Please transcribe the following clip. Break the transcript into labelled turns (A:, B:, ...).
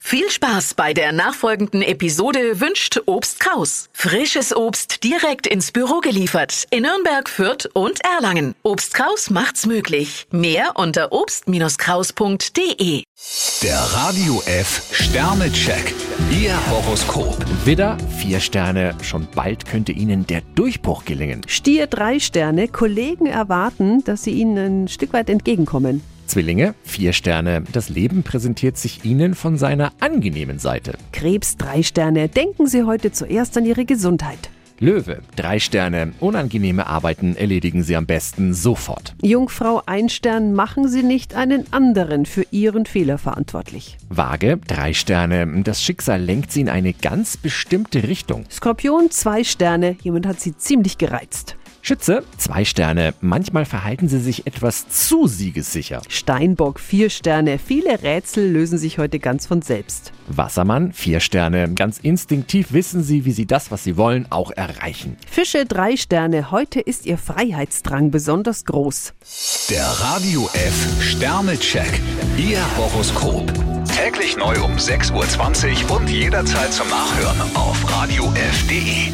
A: Viel Spaß bei der nachfolgenden Episode wünscht Obst Kraus. Frisches Obst direkt ins Büro geliefert in Nürnberg, Fürth und Erlangen. Obst Kraus macht's möglich. Mehr unter obst-kraus.de.
B: Der Radio F Sternecheck. Ihr Horoskop.
C: Widder, vier Sterne. Schon bald könnte Ihnen der Durchbruch gelingen.
D: Stier drei Sterne. Kollegen erwarten, dass sie ihnen ein Stück weit entgegenkommen.
C: Zwillinge, vier Sterne. Das Leben präsentiert sich Ihnen von seiner angenehmen Seite.
D: Krebs drei Sterne. Denken Sie heute zuerst an Ihre Gesundheit.
C: Löwe, drei Sterne. Unangenehme Arbeiten erledigen Sie am besten sofort.
D: Jungfrau ein Stern. Machen Sie nicht einen anderen für Ihren Fehler verantwortlich.
C: Waage, drei Sterne. Das Schicksal lenkt Sie in eine ganz bestimmte Richtung.
D: Skorpion zwei Sterne. Jemand hat Sie ziemlich gereizt.
C: Schütze, zwei Sterne. Manchmal verhalten Sie sich etwas zu siegessicher.
D: Steinbock vier Sterne. Viele Rätsel lösen sich heute ganz von selbst.
C: Wassermann, vier Sterne. Ganz instinktiv wissen Sie, wie Sie das, was Sie wollen, auch erreichen.
D: Fische drei Sterne. Heute ist Ihr Freiheitsdrang besonders groß.
B: Der Radio F Sternecheck. Ihr Horoskop. Täglich neu um 6.20 Uhr und jederzeit zum Nachhören auf Radio radiof.de.